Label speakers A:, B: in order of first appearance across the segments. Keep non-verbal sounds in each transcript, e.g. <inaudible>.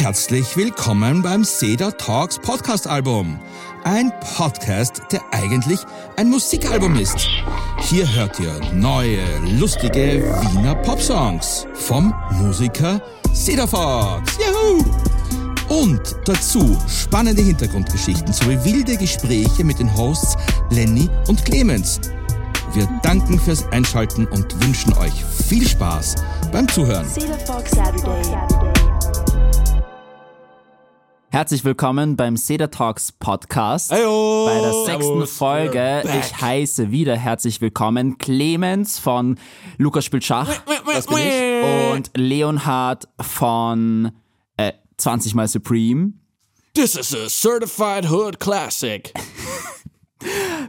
A: Herzlich willkommen beim Seda Talks Podcast Album. Ein Podcast, der eigentlich ein Musikalbum ist. Hier hört ihr neue, lustige Wiener Popsongs vom Musiker Seda Fox. Juhu! Und dazu spannende Hintergrundgeschichten sowie wilde Gespräche mit den Hosts Lenny und Clemens. Wir danken fürs Einschalten und wünschen euch viel Spaß beim Zuhören.
B: Cedar Fox Saturday.
C: Herzlich willkommen beim Cedar Talks Podcast.
D: oh,
C: Bei der sechsten Folge. Ich heiße wieder herzlich willkommen Clemens von Lukas spielt Schach
D: Das bin ich.
C: und Leonhard von äh, 20 mal Supreme.
D: This is a certified hood classic.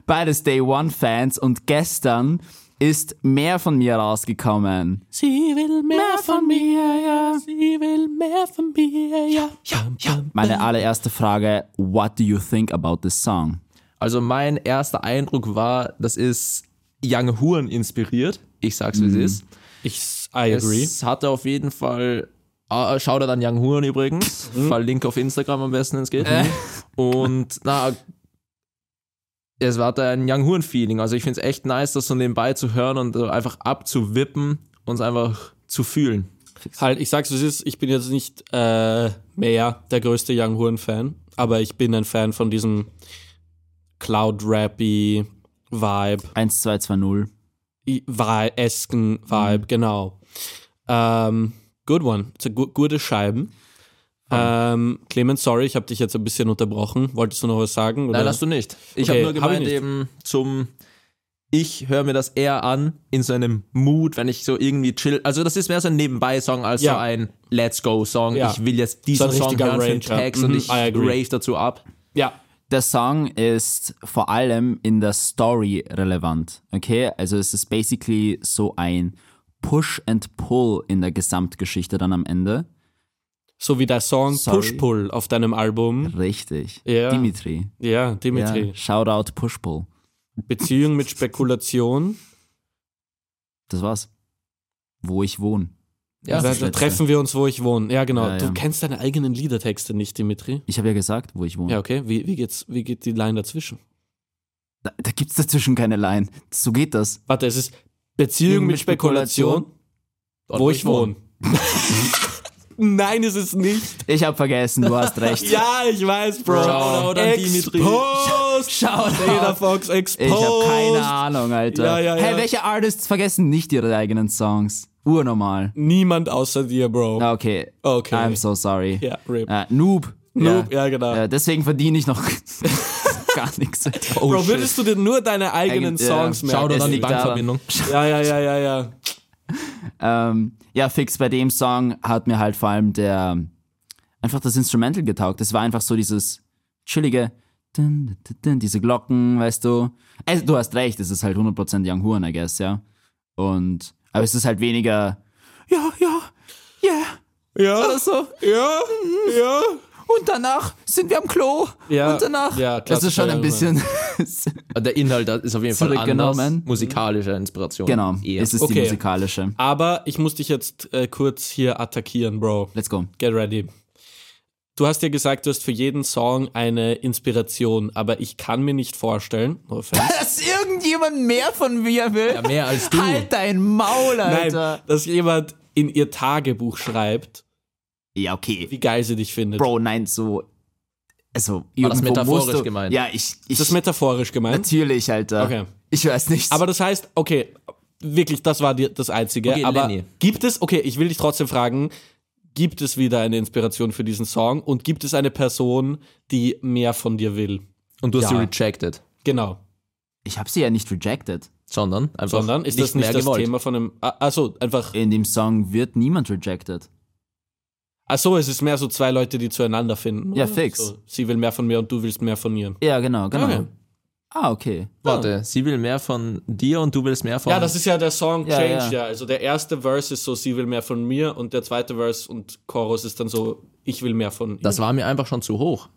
C: Beides Day One Fans und gestern ist mehr von mir rausgekommen.
D: Sie will mehr von mir, ja. Sie will mehr von mir, ja. ja, ja.
C: Meine allererste Frage, what do you think about this song?
E: Also mein erster Eindruck war, das ist Young Huren inspiriert. Ich sag's wie es ist.
D: Ich, Mhm. I agree.
E: Es hatte auf jeden Fall Ah, Shoutout an Young Huren übrigens.
D: Mhm.
E: Verlinke auf Instagram am besten, wenn es geht. <laughs> Und na, es hatte ein Young Huren-Feeling. Also ich finde es echt nice, das so nebenbei zu hören und so einfach abzuwippen und es einfach zu fühlen.
D: Halt, ich sag's, wie es ist. Ich bin jetzt nicht äh, mehr der größte Young Horn-Fan, aber ich bin ein Fan von diesem Cloud-Rappy Vibe.
C: 1220.
D: I- Vi- esken Vibe, genau. Ähm, good one. It's a gu gute Scheiben. Ähm, Clemens, sorry, ich habe dich jetzt ein bisschen unterbrochen. Wolltest du ne- noch was sagen? Oder?
E: Nein, hast du nicht. Ich
D: Okay,
E: habe nur
D: hab ich
E: gemeint
D: nicht.
E: eben zum ich höre mir das eher an in so einem Mood, wenn ich so irgendwie chill. Also das ist mehr so ein Nebenbei-Song als
D: Ja.
E: so ein Let's Go-Song.
D: Ja.
E: Ich will
D: So
E: jetzt
D: ein
E: diesen Song
D: richtiger
E: hören für den
D: Rager.
E: Text
D: Mhm,
E: und ich
D: I agree.
E: rave dazu ab.
D: Ja,
C: Der Song ist vor allem in der Story relevant, okay? Also es ist basically so ein Push and Pull in der Gesamtgeschichte dann am Ende.
D: So wie der Song
C: Sorry.
D: Push Pull auf deinem Album.
C: Richtig.
D: Ja.
C: Dimitri.
D: Ja, Dimitri.
C: Ja. Shoutout Push Pull.
D: Beziehung
C: <laughs>
D: mit Spekulation.
C: Das war's. Wo ich wohne.
E: Ja,
D: da,
C: das
D: da
C: Letzte.
D: treffen wir uns, wo ich wohne. Ja, genau.
C: Ja,
D: Du
C: ja.
D: kennst deine eigenen Liedertexte nicht, Dimitri.
C: Ich habe ja gesagt, wo ich wohne.
D: Ja, okay. Wie, wie, geht's, wie geht die Line dazwischen?
C: Da, da gibt's dazwischen keine Line. So geht das.
D: Warte, es ist Beziehung mit
C: mit Spekulation,
D: Spekulation, wo ich wohne. <laughs> Nein, ist
C: <laughs>
D: es nicht.
C: Ich habe vergessen, du hast recht.
D: <laughs> Ja, ich weiß, Bro.
E: Shoutout an Dimitri.
D: Exposed. Dana
C: <laughs> Shoutout.
D: Fox exposed.
C: Ich habe keine Ahnung, Alter.
D: Ja, ja,
C: Hey,
D: ja.
C: welche Artists vergessen nicht ihre eigenen Songs? Urnormal.
D: Niemand außer dir, Bro.
C: Ah, Okay.
D: Okay.
C: I'm so sorry.
D: Ja, rip.
C: Äh, Noob.
D: Noob, ja, genau.
C: Äh, deswegen verdiene ich
D: <laughs>
C: noch <laughs> gar nichts. Oh,
D: Bro, würdest du dir nur deine eigenen
C: Eigen-
D: Songs
C: ja.
D: merken?
E: Shoutout
C: Es
E: an die
C: liegt daran.
E: Bankverbindung.
D: Ja, ja, ja, ja, ja.
C: Ähm, ja, fix, bei dem Song hat mir halt vor allem der einfach das Instrumental getaugt. Es war einfach so dieses chillige, dun, dun, dun, dun, diese Glocken, weißt du. Also, du hast recht, es ist halt 100% Young Horn, I guess, ja. Und, aber es ist halt weniger, ja, ja, yeah,
D: Ja.
C: oder so.
D: Ja, ja.
C: Und danach sind wir am Klo.
D: Ja,
C: Und danach.
D: ja,
C: das ist schon ein
D: klassischer
C: bisschen.
E: Der Inhalt ist auf jeden Fall
C: Zurückgenommen.
E: anders. Musikalische Inspiration.
C: genau,
E: Eher.
C: es ist die
D: Okay.
C: musikalische.
D: Aber ich muss dich jetzt äh, kurz hier attackieren, Bro.
C: Let's go.
D: Get ready. Du hast ja gesagt, du hast für jeden Song eine Inspiration, aber ich kann mir nicht vorstellen,
C: <laughs>
D: no offense,
C: Dass irgendjemand mehr von mir will.
E: ja, mehr als du.
C: Halt dein Maul,
D: nein,
C: Alter.
D: dass jemand in ihr Tagebuch schreibt,
C: Ja, okay.
D: wie geil sie dich findet.
C: Bro, nein, so. Also,
E: War das
C: irgendwo
E: metaphorisch
C: musst du,
E: gemeint?
C: Ja, ich. ich
D: Ist das metaphorisch gemeint?
C: natürlich, Alter.
D: Okay.
C: Ich weiß nicht.
D: Aber das heißt, okay, wirklich, das war dir das Einzige.
E: Okay,
D: aber
E: Lenny.
D: gibt es, okay, ich will dich trotzdem fragen, gibt es wieder eine Inspiration für diesen Song und gibt es eine Person, die mehr von dir will?
E: Und du hast
D: Ja.
E: sie rejected.
D: Genau.
C: ich habe sie ja nicht rejected.
E: Sondern einfach
D: Sondern ist das nicht
E: mehr
D: das
E: gewollt.
D: Thema von einem. Achso, einfach.
C: In dem Song wird niemand rejected.
D: Achso, es ist mehr ah, so zwei Leute, die zueinander finden.
C: Ja,
D: oder?
C: fix.
D: So, sie will mehr von mir und du willst mehr von ihr.
C: Ja, genau, genau.
D: Okay.
C: Ah, okay.
E: Warte, sie will mehr von dir und du willst mehr von
D: Ja, das ist ja der Song
C: Ja,
D: Change, ja.
C: ja.
D: Also der erste Verse ist so, sie will mehr von mir und der zweite Verse und Chorus ist dann so, ich will mehr von ihr.
E: Das war mir einfach schon
D: <laughs>
E: zu hoch.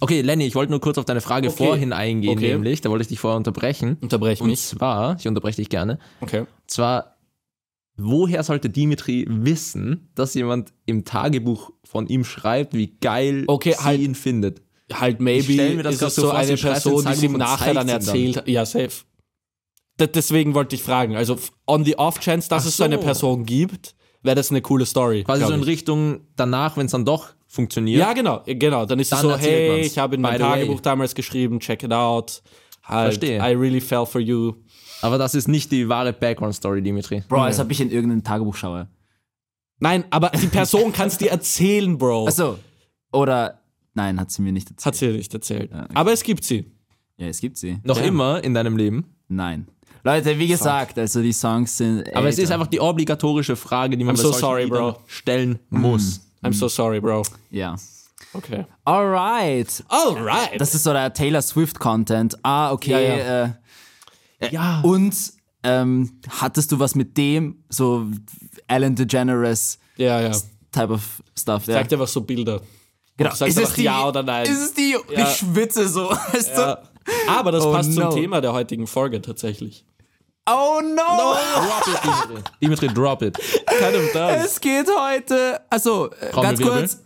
E: Okay, Lenny, ich wollte nur kurz auf deine Frage
D: Okay.
E: vorhin eingehen,
D: Okay.
E: nämlich, da wollte ich dich vorher unterbrechen.
D: Unterbrech
E: Und
D: mich.
E: zwar, ich unterbreche dich gerne,
D: Okay.
E: zwar woher sollte Dimitri wissen, dass jemand im Tagebuch von ihm schreibt, wie geil
D: Okay,
E: sie
D: halt-
E: ihn findet?
D: Halt
E: Ich stell
D: maybe
E: mir das
D: ist
E: grad
D: es
E: so
D: so
E: vor, sie
D: eine
E: schreibt
D: Person,
E: den
D: die sie
E: Tagebuch
D: ihm
E: und
D: nachher dann
E: zeigt ihn dann.
D: erzählt. Ja, safe. D deswegen wollte ich fragen. Also f- on the off chance, dass
E: Ach
D: es so eine
E: so.
D: Person gibt, wäre das eine coole Story.
E: Quasi
D: glaub
E: so in
D: ich.
E: Richtung danach, wenn es dann doch funktioniert.
D: Ja, genau, genau. Dann ist es
E: Dann
D: so,
E: erzählt
D: hey,
E: man's.
D: ich habe in
E: By
D: mein
E: the way.
D: Tagebuch damals geschrieben, check it out. Halt,
E: Verstehe.
D: I really fell for you.
E: Aber das ist nicht die wahre Background-Story, Dimitri.
C: Bro, als ob ich in irgendeinem Tagebuch schaue.
D: Nein, aber die
E: <laughs>
D: Person kannst dir erzählen, Bro.
C: Achso. Oder, nein, hat sie mir nicht erzählt.
D: Hat sie nicht erzählt.
E: Ah,
D: Aber es gibt sie.
C: Ja, es gibt sie.
E: Noch immer in deinem Leben.
C: Nein. Leute, wie gesagt, also die Songs sind.
E: Aber es
C: älter.
E: ist einfach die obligatorische Frage, die man
D: I'm
E: bei
D: so
E: solchen
D: sorry,
E: Liedern
D: bro. Mm.
E: stellen muss.
D: I'm so sorry, Bro.
C: Ja.
D: Okay.
C: Alright.
D: Ah. Alright.
C: Das ist so der Taylor Swift-Content. Ah, okay.
D: Ja,
C: Äh, ja. Und ähm, hattest du was mit dem, so Alan DeGeneres
D: ja, ja.
C: type of stuff? Ja.
D: Zeig dir was so Bilder.
C: Genau.
D: sag einfach ja oder nein.
C: Ist es die,
D: Ja.
C: ich schwitze so. <laughs> Weißt du?
D: Aber das
C: Oh,
D: passt
C: no.
D: zum Thema der heutigen Folge tatsächlich.
C: Oh no!
E: Drop it, Dimitri. Dimitri, drop it.
D: <laughs> Kind
C: <laughs>
D: of does.
C: Es geht heute. Also, äh, ganz
E: Trommelwirbel.
C: kurz.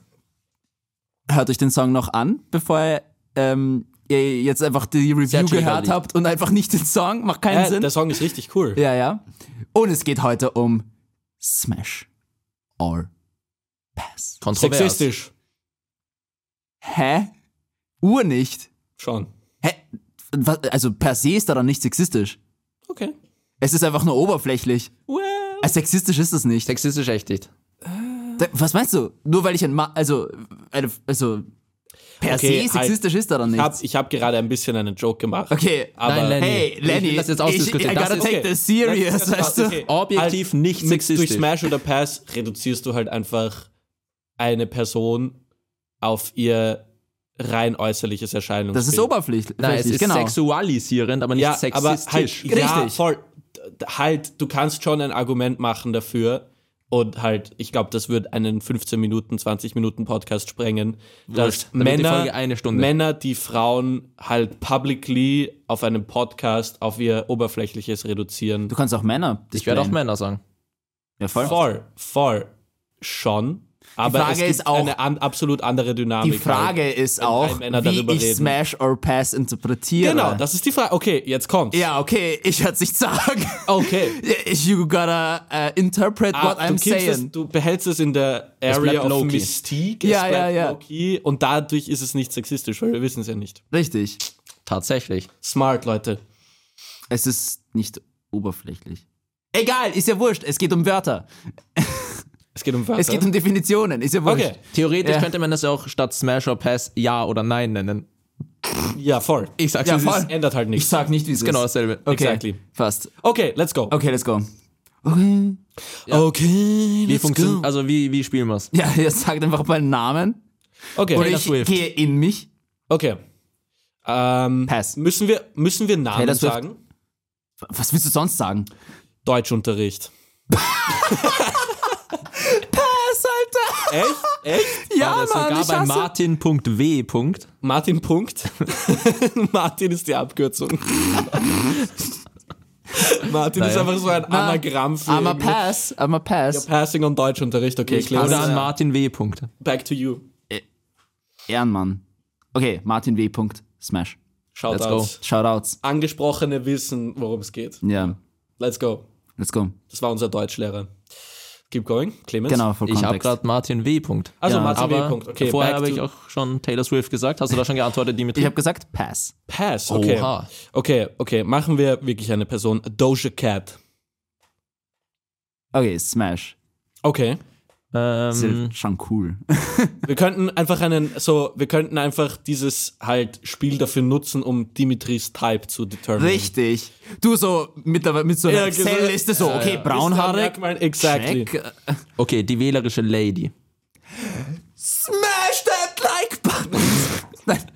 C: Hört euch den Song noch an, bevor ihr, ähm, ihr jetzt einfach die Review
E: chilliger
C: gehört
E: Lied.
C: habt und einfach nicht den Song. Macht keinen
D: Äh,
C: Sinn.
D: der Song ist richtig cool.
C: Ja, ja. Und es geht heute um Smash or Pass.
E: Kontrovers.
D: Sexistisch.
C: Hä? Ur nicht.
D: Schon.
C: Hä? Was, also per se ist daran nicht sexistisch.
D: Okay.
C: Es ist einfach nur oberflächlich.
D: Well.
C: Äh, Sexistisch ist es nicht.
E: Sexistisch echt nicht.
C: Da- Was meinst du? Nur weil ich ein Ma also eine, also per
D: Okay,
C: se
D: halt.
C: sexistisch ist daran
D: Ich
C: nicht.
D: habe ich hab gerade ein bisschen einen Joke gemacht.
C: Okay.
D: Aber
E: Nein, Lenny.
C: Hey, Lenny,
E: ich will das jetzt
C: ich, I
E: ausdiskutieren.
C: gotta
E: Das ist
C: take this serious,
D: Das- das-
C: weißt du?
D: okay.
E: objektiv
D: Halt
E: nicht
D: mit- Durch
E: sexistisch.
D: Smash oder Pass reduzierst du halt einfach eine Person auf ihr rein äußerliches Erscheinungsbild.
C: Das ist oberflächlich,
E: Nein, es ist
C: genau.
E: sexualisierend, aber nicht
D: ja, aber
E: sexistisch.
D: halt, ja,
C: Richtig.
D: voll, D- halt, du kannst schon ein Argument machen dafür und halt, ich glaube, das wird einen 15 Minuten, 20 Minuten Podcast sprengen, dass
E: Dann wird die
D: Männer,
E: Folge eine Stunde.
D: Männer, die Frauen halt publicly auf einem Podcast auf ihr Oberflächliches reduzieren.
C: Du kannst auch Männer.
E: ich werde auch
C: Männer.
E: Männer sagen.
C: Ja, voll.
D: Voll, voll, schon. Aber
C: Frage
D: es gibt
C: ist auch-
D: eine an, absolut andere Dynamik. halt.
C: Die Frage ist
D: wenn
C: auch,
D: Männer
C: wie ich
D: darüber reden.
C: Smash or Pass interpretiere.
D: halt. Genau, das ist die Frage. Okay, jetzt kommt's.
C: Ja, okay, ich werde nicht sagen. <laughs>
D: Okay.
C: Ja, ich- You gotta äh, interpret
D: Ah,
C: what I'm
D: du, keepst
C: saying.
D: Es, du behältst es in der Area
E: bleibt
D: of
E: low-key.
D: Mystique.
C: Ja,
D: es bleibt
C: ja, ja.
D: low-key Und dadurch ist es nicht sexistisch, weil wir wissen es ja nicht.
C: Richtig.
E: Tatsächlich.
D: Smart, Leute.
C: Es ist nicht oberflächlich. Egal, ist ja wurscht. Es geht um Wörter.
D: Es geht um Wörter.
C: Es geht um Definitionen. Ist ja wurscht.
D: Okay.
E: Theoretisch
C: Ja.
E: könnte man das auch statt Smash or Pass Ja oder Nein nennen.
D: Ja, voll.
E: Ich sag's
C: Ja,
E: wie es
C: voll.
E: ist.
D: Ändert halt
C: Ich
D: nichts.
C: sag nicht, wie es ist.
E: Genau dasselbe.
C: Okay.
D: Exactly.
C: Fast.
D: Okay, let's go.
C: Okay, let's go. Okay.
D: Okay,
E: Wie
D: let's
E: funktioniert, also wie, wie spielen wir's?
C: Ja, <laughs> jetzt sagt einfach meinen Namen.
D: Okay,
C: Und
D: Taylor
C: ich
D: Swift.
C: gehe in mich.
D: Okay. Ähm,
C: Pass.
D: Müssen wir, müssen wir Namen
C: Taylor Swift.
D: sagen?
C: Was willst du sonst sagen?
D: Deutschunterricht.
C: Was, Alter?
D: Echt? Echt?
C: Ja,
E: War das
C: Mann, ich
E: Also sogar bei
C: hasse-
E: Martin.w.
D: Martin Punkt. <laughs> Martin ist die Abkürzung. <laughs> Martin ist
E: Naja.
D: einfach so ein Anagramm für
C: I'm a
D: irgendwie-
C: pass. I'm a pass.
D: Passing on Deutschunterricht, okay,
C: Ich
D: Clemens.
E: Oder
C: Ja.
E: an Martin W.
D: Back to you.
C: Ehrenmann. Okay, Martin W. Smash.
D: Shoutouts.
E: Let's
C: Shoutouts.
D: Angesprochene wissen, worum es geht.
C: Ja,
D: Let's go.
C: let's go.
D: Das war unser Deutschlehrer. Keep going, Clemens.
C: Genau, voll
E: Ich
C: Kontext.
E: habe gerade Martin W. Punkt.
D: Also
C: Ja,
D: Martin W.
E: Aber
D: Punkt. Okay,
E: vorher
D: back
E: habe
D: to-
E: ich auch schon Taylor Swift gesagt. Hast du da schon geantwortet, Dimitri?
C: Ich habe gesagt Pass.
D: Pass. Okay.
E: Oha.
D: Okay, okay. Machen wir wirklich eine Person. Doja Cat.
C: Okay, Smash.
D: Okay.
C: Ist
E: ähm,
C: ja schon cool.
D: Wir könnten einfach einen, so, wir könnten einfach dieses halt Spiel dafür nutzen, um Dimitris Type zu determinen.
C: <laughs> Richtig. Du so mit, der, mit so einer
D: Ja,
C: ja,
D: genau.
C: Excel-Liste so, okay, braunhaarig.
D: Merkmal- Exactly.
C: Check.
E: okay, die wählerische Lady.
C: Smash that like button. <laughs> Nein.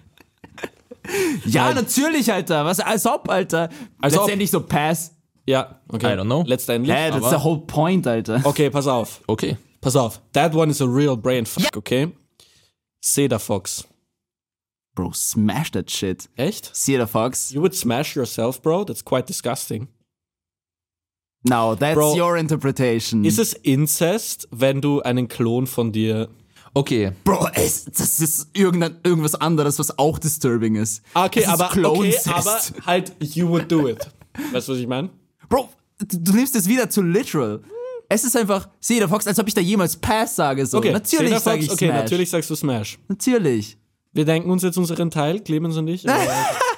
C: Ja, natürlich, Alter. Was, als ob, Alter.
D: Als ob.
C: Letztendlich so Pass.
D: Ja, okay.
E: I don't know.
D: Letztendlich.
C: Hä, that's
D: aber-
C: the whole point, Alter.
D: okay, pass auf.
E: Okay.
D: Pass auf. That one is a real brain fuck, okay? Seda Fox.
C: Bro, smash that shit.
D: Echt?
C: Cedar Fox.
D: You would smash yourself, bro? That's quite disgusting.
C: Now, that's
D: Bro,
C: your interpretation.
D: Ist es Inzest, wenn du einen Klon von dir.
E: Okay,
C: Bro, es, das ist irgendein, irgendwas anderes, was auch disturbing ist.
D: Ah, Okay,
C: das
D: aber,
C: ist Clone
D: okay
C: Cest.
D: aber halt, you would do it. Weißt du, was ich meine?
C: Bro, du, du nimmst es wieder zu literal. Es ist einfach Cedar Fox, als ob ich da jemals Pass sage. So.
D: Okay,
C: natürlich
D: Cedar
C: sage
D: Fox,
C: ich
D: Okay,
C: Smash.
D: natürlich sagst du Smash.
C: Natürlich.
D: Wir denken uns jetzt unseren Teil, Clemens und ich.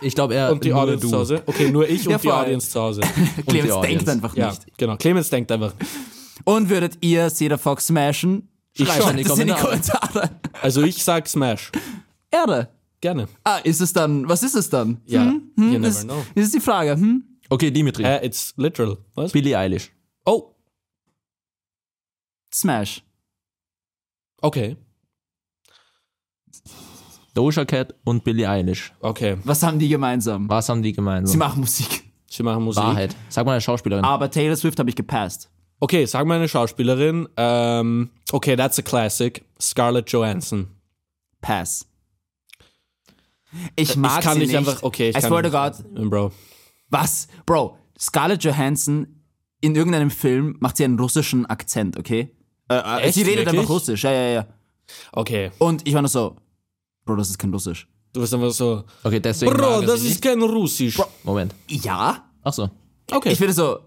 E: ich glaube eher
D: Und die
E: nur
D: Audience
E: du.
D: zu Hause. Okay, nur ich und
C: Ja,
D: die
C: voll.
D: Audience zu Hause.
C: Clemens
E: Audience.
C: denkt einfach
D: Ja,
C: nicht.
D: genau. Clemens denkt einfach.
C: Und würdet ihr Cedar Fox smashen?
D: Ich
C: Schreibt
D: schon.
C: es in die Kommentare.
D: Also ich sag Smash.
C: Erde.
D: Gerne.
C: Ah, ist es dann, was ist es dann? Hm?
D: Ja, you never
C: das,
D: know.
C: das ist die Frage. Hm?
E: Okay, Dimitri.
D: Äh, it's literal. Was?
E: Billie Eilish.
D: Oh,
C: Smash.
D: okay.
E: Doja Cat und Billie Eilish.
D: Okay.
C: Was haben die gemeinsam?
E: Was haben die gemeinsam?
C: Sie machen Musik.
D: Sie machen Musik. Ah.
E: Wahrheit. Sag mal eine Schauspielerin.
C: Aber Taylor Swift habe ich gepasst.
D: Okay, sag mal eine Schauspielerin. Ähm, okay, that's a classic. Scarlett Johansson.
C: Pass. Ich mag
D: Äh, ich kann
C: sie
D: nicht
C: nicht.
D: einfach. Okay, ich
C: I
D: kann
C: swear to
D: nicht.
C: God,
D: Bro.
C: was? Bro, Scarlett Johansson in irgendeinem Film macht sie einen russischen Akzent, okay? Äh, äh,
D: Echt?
C: sie redet
D: Wirklich?
C: einfach russisch, ja, ja, ja.
D: Okay.
C: Und ich war nur so, Bro, das ist kein Russisch.
D: Du bist einfach so.
E: Okay, deswegen.
D: Bro,
E: mag er
D: das
E: sie
D: ist kein Russisch.
E: nicht. Moment.
C: Ja?
E: Achso.
D: Okay.
C: Ich finde so,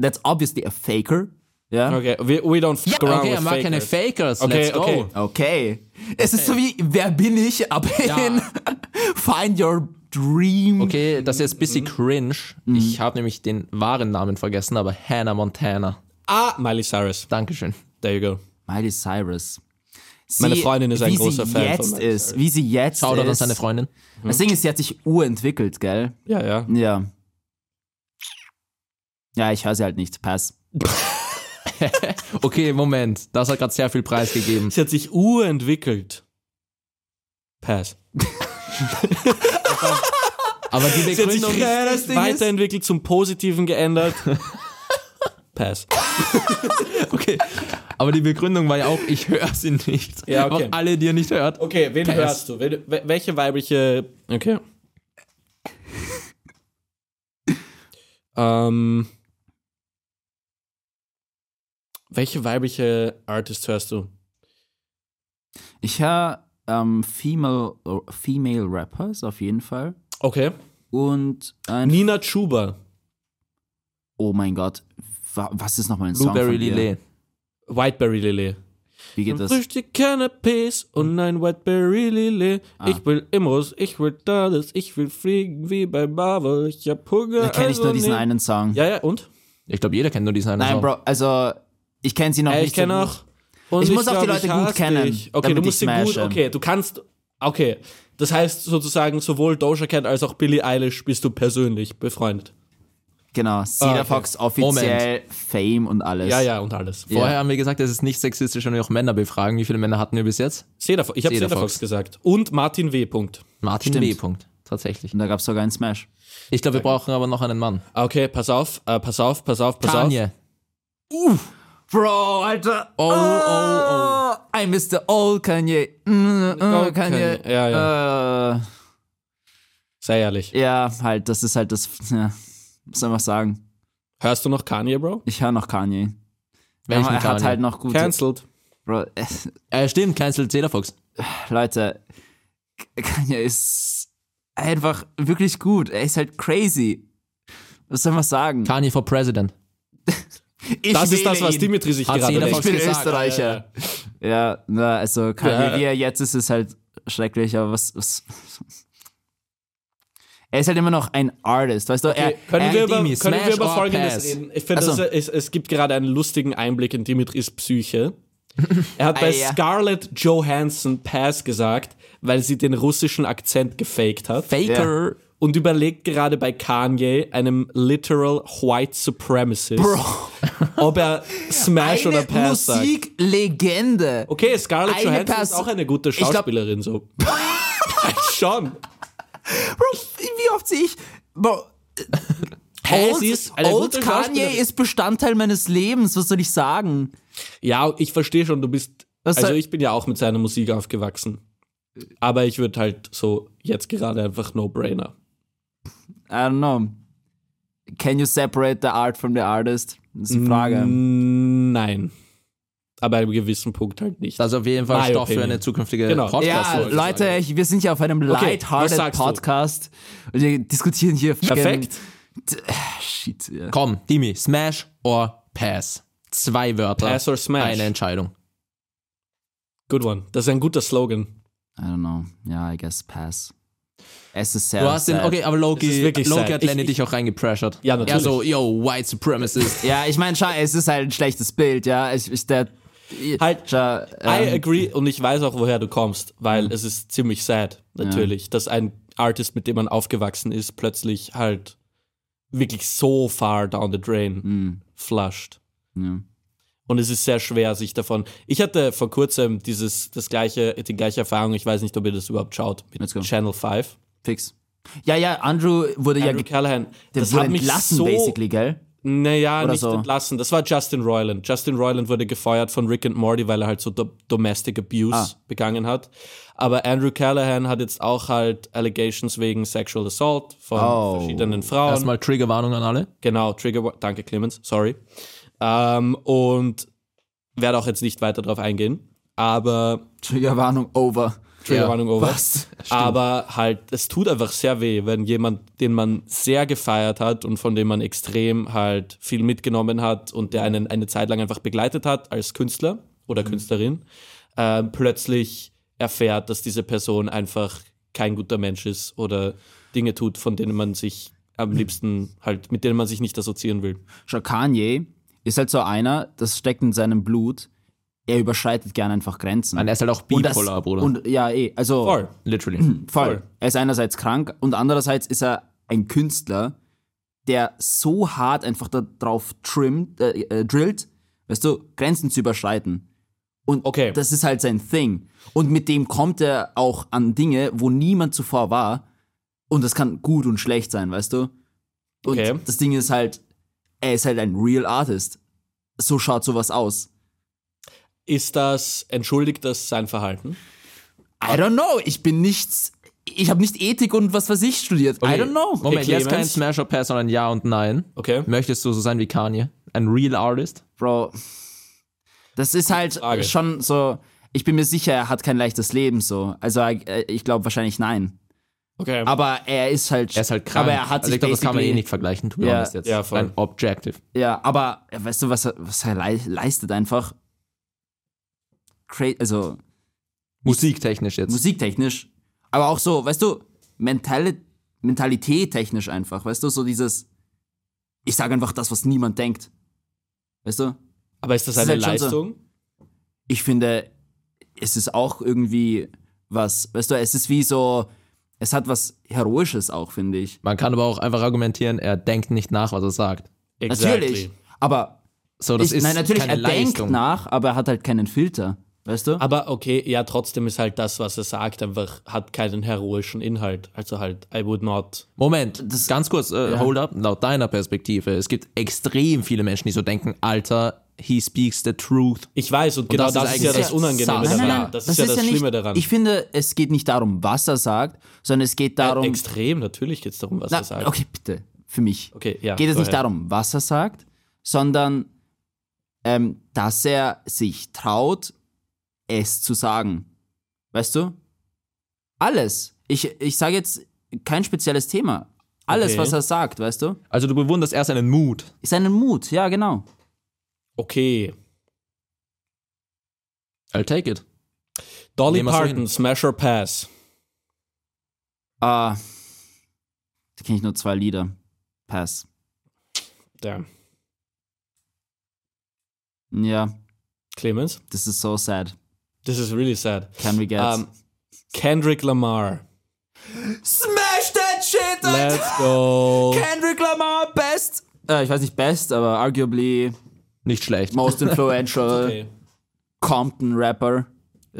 C: that's obviously a faker. Ja?
D: okay, we, we don't fuck around
E: Okay, er
D: with
E: mag keine
D: fakers.
E: Fakers.
D: Okay,
E: Let's go.
D: okay.
C: Okay. Es ist so wie, wer bin ich? <laughs> Aber hin. Find your dream.
E: Okay, das ist jetzt ein bisschen
D: Mhm.
E: cringe. Ich habe nämlich den wahren Namen vergessen, aber Hannah Montana.
D: Ah, Miley Cyrus.
E: Dankeschön.
D: There you go.
C: Miley Cyrus. Sie,
D: Meine Freundin ist ein
C: wie
D: großer
C: sie
D: Fan von
C: jetzt
D: Miley
C: ist, Wie sie jetzt
E: Schau
C: ist.
E: an seine Freundin.
C: Das Ding ist, sie hat sich urentwickelt, gell?
D: Ja, ja.
C: Ja. Ja, ich höre sie halt nicht. Pass.
E: Okay, Moment. Das hat gerade sehr viel Preis gegeben.
D: Sie hat sich urentwickelt. Pass. <laughs>
E: Aber die
D: Sie hat sich
E: Begründung.
D: krass
C: Ding
D: weiterentwickelt, zum Positiven
C: <laughs>
D: geändert. Pass.
E: Okay. Aber die Begründung war ja auch, ich höre sie nicht.
D: Ja, okay.
E: Einfach alle, die ihr nicht hört.
D: Okay, wen
E: Pass.
D: hörst du? Wen, wel- welche weibliche. Okay.
C: <laughs>
D: ähm. Welche weibliche Artist hörst du?
C: Ich höre ähm, female, female Rappers auf jeden Fall.
D: Okay.
C: Und ein.
D: Nina Chuba.
C: Oh mein Gott. Wa- Was ist nochmal ein Song?
E: Blueberry
C: von ihr?
E: Lillet.
D: Whiteberry Lily.
C: Wie geht das?
D: Frühstück Canapés und ein Whiteberry Lily.
C: Ah.
D: Ich will Imrus, ich will Dallas, ich will fliegen wie bei Marvel. Ich hab Hunger.
C: Da kenne ich nur
D: also
C: diesen
D: nee.
C: einen Song.
D: Ja, ja, und?
E: Ich glaube, jeder kennt nur diesen einen
C: Nein,
E: Song.
C: Bro, also ich kenne sie noch
D: Äh,
C: nicht.
D: ich kenne
C: so gut.
D: auch. Und
C: Ich muss auch die
D: glaub,
C: Leute
D: ich
C: gut
D: hasse
C: kennen,
D: dich. Okay,
C: damit
D: du
C: ich
D: musst sie gut,
C: smashe.
D: okay, du kannst, okay. Das heißt sozusagen, sowohl Doja Cat als auch Billie Eilish bist du persönlich befreundet.
C: Genau, Cedar
D: Ah, okay.
C: Fox offiziell, Fame und alles.
D: Ja, ja, und alles.
E: Vorher haben wir gesagt, es ist nicht sexistisch, wenn wir auch Männer befragen. Wie viele Männer hatten wir bis jetzt?
D: Seda, ich habe
E: Seda
D: Seda Fox
E: Fox.
D: gesagt. Und Martin W. Punkt.
E: Martin
C: Stimmt.
E: B. Punkt. Tatsächlich.
C: Und da gab es sogar einen Smash.
E: Ich glaube, wir brauchen aber noch einen Mann.
D: Ah, Okay, pass auf, äh, pass auf, pass auf, pass auf.
E: Kanye.
C: Bro, Alter. Oh,
E: oh,
C: oh. I missed the old Kanye. Mm, mm, Kanye. Äh,
D: Oh, Kanye. Ja,
C: ja.
D: Sei ehrlich.
C: Äh, ja, halt, das ist halt das. Ja, muss einfach sagen.
D: Hörst du noch Kanye, Bro?
C: Ich höre noch Kanye.
E: Welchen
C: Aber er hat
E: Kanye?
C: halt noch gute.
D: Cancelled.
C: Bro, äh,
E: Äh, stimmt, Cancelled Cedar Fox.
C: Leute, K- Kanye ist einfach wirklich gut. Er ist halt crazy. Was soll man sagen?
E: Kanye for President.
C: Ich
D: Das ist
C: wähle
D: das, was
C: ihn.
D: Dimitri sich
E: Hat
D: gerade
E: Seda
D: denkt.
E: Fox
C: Ich bin
E: gesagt.
C: Österreicher. Ja, na, also Kanye,
D: Ja.
C: wie er jetzt ist, ist halt schrecklich, aber was, was Er ist halt immer noch ein Artist, weißt du?
D: Okay,
C: Er,
D: können
C: er,
D: wir über,
E: Dimi,
D: können wir
E: smash
D: über
E: or
D: Folgendes
E: pass?
D: reden? Ich finde,
C: Ach so.
D: das- es, es gibt gerade einen lustigen Einblick in
C: <laughs>
D: Dimitris Psyche. Er hat bei
C: Ei, Ah, ja.
D: Scarlett Johansson Pass gesagt, weil sie den russischen Akzent gefaked hat.
E: Faker.
D: Und überlegt gerade bei Kanye, einem literal White Supremacist, <laughs> ob er Smash oder
C: eine
D: Pass sagt.
C: Musiklegende.
D: Okay, Scarlett
C: Eine
D: Johansson
C: Pass-
D: ist auch eine gute
C: glaub-
D: Schauspielerin, so. <laughs> Schon.
C: Bro, wie oft sehe ich. Bro,
D: Hey,
C: old
D: sie ist eine
C: old
D: gute Schauspielerin.
C: Kanye ist Bestandteil meines Lebens, was soll ich sagen?
D: Ja, ich verstehe schon, du bist.
C: Was
D: also
C: soll-
D: ich bin ja auch mit seiner Musik aufgewachsen. Aber ich würde halt so jetzt gerade einfach No-Brainer.
C: I don't know. Can you separate the art from the artist? Das ist die Frage.
D: Nein. Aber an einem gewissen Punkt halt nicht.
E: Das ist auf jeden Fall
D: My
E: Stoff für
D: opinion.
E: eine zukünftige
D: Genau.
C: Ja,
E: Podcast-Folge.
C: Leute, ich, wir sind ja auf einem
D: was
C: lighthearted
D: sagst du?
C: Podcast und wir diskutieren hier
D: Perfekt.
C: fucking- Shit. Ja.
E: Komm, Dimi, Smash or Pass? Zwei Wörter.
D: Pass or Smash?
E: Eine Entscheidung.
D: Good one. Das ist ein guter Slogan.
C: I don't know. Ja, I guess pass. Es ist sehr
E: Du hast den,
C: sad.
E: okay, aber
D: Es ist
E: Loki,
D: wirklich
E: Loki
D: sad.
E: hat Lenny
D: Ich-
E: dich auch reingepressured.
D: Ja, natürlich.
E: Er so, yo,
D: <laughs>
E: White Supremacist. <laughs>
C: Ja, ich meine, schau, es ist halt ein schlechtes Bild, ja. Ich, ich, der,
D: Halt.
C: schau,
D: I
C: ähm, Mhm.
D: agree und ich weiß auch, woher du kommst, weil es ist ziemlich sad, natürlich, dass ein Artist, mit dem man aufgewachsen ist, plötzlich halt wirklich so far down the drain flusht.
C: Mhm. ja.
D: Und es ist sehr schwer, sich davon. Ich hatte vor kurzem dieses, das gleiche, die gleiche Erfahrung, ich weiß nicht, ob ihr das überhaupt schaut, mit
C: Let's go.
D: Channel 5.
C: Fix. Ja, ja, Andrew wurde
D: Andrew
C: ja ge-
D: Callahan,
C: der
D: das
C: wurde
D: hat mich
C: entlassen,
D: so,
C: basically, gell?
D: Naja,
C: Oder
D: nicht
C: so.
D: entlassen. Das war Justin Roiland. Justin Roiland wurde gefeuert von Rick and Morty, weil er halt so do Domestic Abuse
C: Ah.
D: begangen hat. Aber Andrew Callahan hat jetzt auch halt Allegations wegen Sexual Assault von
C: Oh.
D: verschiedenen Frauen.
E: Erstmal Triggerwarnung an alle.
D: Genau, Trigger. Danke, Clemens. Sorry. Ähm, und werde auch jetzt nicht weiter drauf eingehen. Aber
C: Triggerwarnung over.
D: Triggerwarnung over.
C: Was?
D: Aber halt, es tut einfach sehr weh, wenn jemand, den man sehr gefeiert hat und von dem man extrem halt viel mitgenommen hat und der einen eine Zeit lang einfach begleitet hat als Künstler
C: Mhm.
D: oder Künstlerin, äh, plötzlich erfährt, dass diese Person einfach kein guter Mensch ist oder Dinge tut, von denen man sich
C: Mhm.
D: am liebsten halt, mit denen man sich nicht assoziieren will.
C: Schau, Kanye ist halt so einer, das steckt in seinem Blut. Er überschreitet gern einfach Grenzen.
E: Nein, er ist halt auch
C: Und das-
E: bipolar, Bruder.
C: Und ja, eh, also
D: Voll. <clears throat>
E: Literally.
C: voll.
D: voll.
C: Er ist einerseits krank und andererseits ist er ein Künstler, der so hart einfach da drauf trimmt, äh, äh, drillt, weißt du, Grenzen zu überschreiten. Und
D: Okay.
C: das ist halt sein Thing. Und mit dem kommt er auch an Dinge, wo niemand zuvor war. Und das kann gut und schlecht sein, weißt du? Und
D: Okay.
C: das Ding ist halt, er ist halt ein Real Artist. So schaut sowas aus.
D: Ist das, entschuldigt das sein Verhalten?
C: I don't know. Ich bin nichts. Ich habe nicht Ethik und was weiß ich studiert. I don't know.
E: Moment, jetzt kein
D: Clemens.
E: Smash or Pass, sondern Ja und Nein.
D: Okay.
E: Möchtest du so sein wie Kanye? Ein Real Artist?
C: Bro, das ist halt
D: Frage.
C: schon so. Ich bin mir sicher, er hat kein leichtes Leben so. Also äh, ich glaube wahrscheinlich nein.
D: Okay.
C: Aber er ist halt.
E: Er ist halt krank.
C: Aber er hat
E: also
C: sich
E: ich glaube, das kann man eh
C: basically-
E: nicht vergleichen, to be
C: Ja.
E: honest jetzt.
D: Ja, voll.
E: Ein Objective.
C: Ja, aber äh, weißt du, was er, was er lei- leistet einfach? Cra also
E: Musiktechnisch jetzt.
C: musiktechnisch. Aber auch so, weißt du, mentale, Mentalität technisch einfach. Weißt du, so dieses. Ich sage einfach das, was niemand denkt. Weißt du?
D: Aber ist das
C: Das ist
D: eine
C: halt schon so.
D: Leistung?
C: ich finde, es ist auch irgendwie was, weißt du, es ist wie so, es hat was Heroisches auch, finde ich.
E: Man kann aber auch einfach argumentieren, er denkt nicht nach, was er sagt.
C: Natürlich. Aber
E: So, das
C: ich,
E: ist
C: nein, natürlich,
E: keine
C: er denkt
E: Leistung.
C: nach, aber er hat halt keinen Filter, weißt du?
D: Aber okay, ja, trotzdem ist halt das, was er sagt, einfach hat keinen heroischen Inhalt. Also halt, I would not.
E: Moment, ganz kurz, äh, hold up, laut deiner Perspektive. Es gibt extrem viele Menschen, die so denken, Alter, he speaks the truth.
D: Ich weiß, und, genau
E: das ist
D: das, ist ja
E: eigentlich
D: das Unangenehme
E: sass.
D: daran.
E: Nein, nein,
D: Das, ist ja das
C: nicht,
D: Schlimme daran.
C: Ich finde, es geht nicht darum, was er sagt, sondern es geht darum.
D: Extrem, natürlich geht es darum, was
C: Na,
D: er sagt.
C: Okay, bitte, für mich.
D: Okay, ja,
C: Geht es
D: go
C: nicht
D: ahead.
C: darum, was er sagt, sondern ähm, dass er sich traut, es zu sagen. Weißt du? Alles. Ich, ich sage jetzt kein spezielles Thema. Alles,
D: Okay.
C: was er sagt, weißt du?
E: Also du bewunderst erst einen Mut.
C: Ist einen Mut, ja, genau.
D: Okay.
E: I'll take it.
D: Dolly
E: Nehmen wir's so
D: Parton,
E: hin.
D: Smash or Pass.
C: Ah, da kenne ich nur zwei Lieder. Pass.
D: Damn.
C: Ja,
D: Clemens,
C: this is so sad.
D: this is really sad.
C: Can we get.
D: Ähm, Kendrick Lamar.
C: Smash that shit,
D: Let's go.
C: Kendrick Lamar, best. Äh, ich weiß nicht best, aber arguably
E: Nicht
D: <laughs>
E: schlecht.
C: most influential Äh,
D: Okay.
C: Compton-Rapper.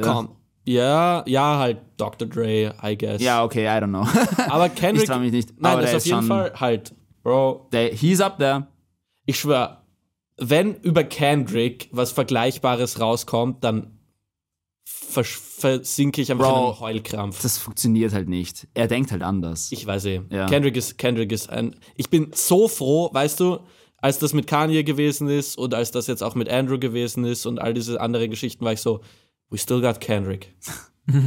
D: Komm. Ja, ja, halt Dr. Dre, I guess.
C: Ja, okay, I don't know. <laughs>
D: aber Kendrick.
C: ich trau mich nicht.
D: Nein,
C: aber
D: das
C: der
D: auf jeden
C: schon-
D: Fall halt, Bro,
C: Der, he's up there.
D: ich schwör, wenn über Kendrick was Vergleichbares rauskommt, dann versch- versinke ich einfach
C: Bro.
D: in einem Heulkrampf.
C: Das funktioniert halt nicht. Er denkt halt anders.
D: ich weiß eh.
C: Ja.
D: Kendrick ist Kendrick ist ein. Ich bin so froh, weißt du, als das mit Kanye gewesen ist und als das jetzt auch mit Andrew gewesen ist und all diese anderen Geschichten, war ich so, we still
C: <laughs>
D: got Kendrick.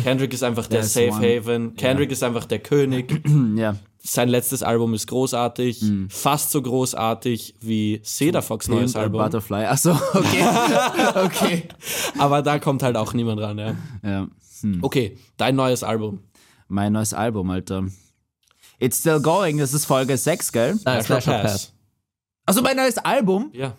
D: Kendrick ist einfach der
C: That's
D: Safe
C: one.
D: Haven. Kendrick ist einfach der König.
C: <clears throat> Ja.
D: Sein letztes Album ist großartig,
C: Mm.
D: fast so großartig wie Cedar Fox neues
C: Pimp a
D: Album.
C: Butterfly. Achso, <laughs> okay. okay.
D: Aber da kommt halt auch niemand ran, ja.
E: Hm.
C: Ja.
D: Okay, dein neues Album.
C: Mein neues Album, Alter. It's Still Going, das ist Folge 6, gell?
E: Nein,
D: After
E: Smash or Pass.
C: Also mein neues Album?
D: Ja.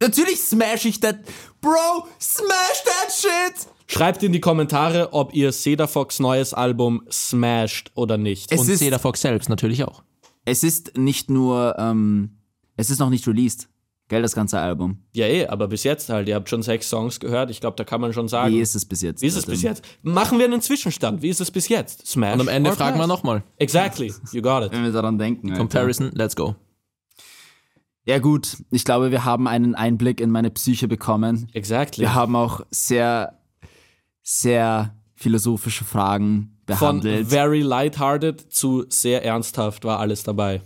C: Natürlich smash ich that. Bro, smash that shit!
D: Schreibt in die Kommentare, ob ihr Cedar Fox neues Album smashed oder nicht.
C: Es
E: Und
C: ist-
E: Cedar Fox selbst natürlich auch.
C: Es ist nicht nur, ähm, es ist noch nicht released. Gell, das ganze Album.
D: ja, eh, aber bis jetzt halt. Ihr habt schon sechs Songs gehört. Ich glaube, da kann man schon sagen.
C: Wie ist es bis jetzt?
D: Wie ist es bis jetzt? Machen wir einen Zwischenstand. Wie ist es bis jetzt? Smash.
E: Und am Ende
D: or
E: fragen wir
D: pass?
E: nochmal.
D: Exactly. You got it.
C: Wenn wir daran denken. Alter.
E: Comparison, let's go.
C: Ja gut, ich glaube, wir haben einen Einblick in meine Psyche bekommen.
D: Exactly.
C: Wir haben auch sehr, sehr philosophische Fragen
D: Von
C: behandelt.
D: very lighthearted zu sehr ernsthaft war alles dabei.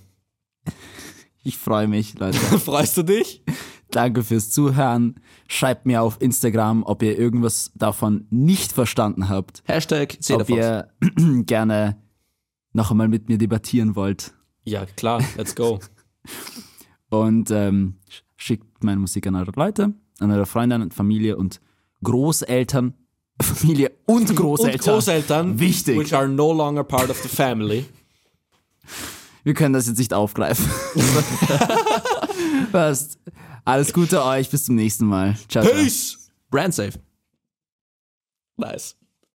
D: <laughs>
C: ich freue mich, Leute.
D: Freust du dich?
C: Danke fürs Zuhören. Schreibt mir auf Instagram, ob ihr irgendwas davon nicht verstanden habt.
E: Hashtag Cedar
C: ob
E: Fox.
C: ihr <clears throat> gerne noch einmal mit mir debattieren wollt.
D: Ja, klar. Let's go.
C: Und ähm, sch- schickt meine Musik an eure Leute, an eure Freunde, an Familie und Großeltern. <laughs> Familie und
D: Und
C: Großeltern.
D: Großeltern,
C: Wichtig.
D: which are no longer part of the family.
C: Wir können das jetzt nicht aufgreifen. <laughs> Passt. Alles Gute euch. Bis zum nächsten Mal. Ciao. ciao.
D: Peace!
E: Brand safe.
D: Nice.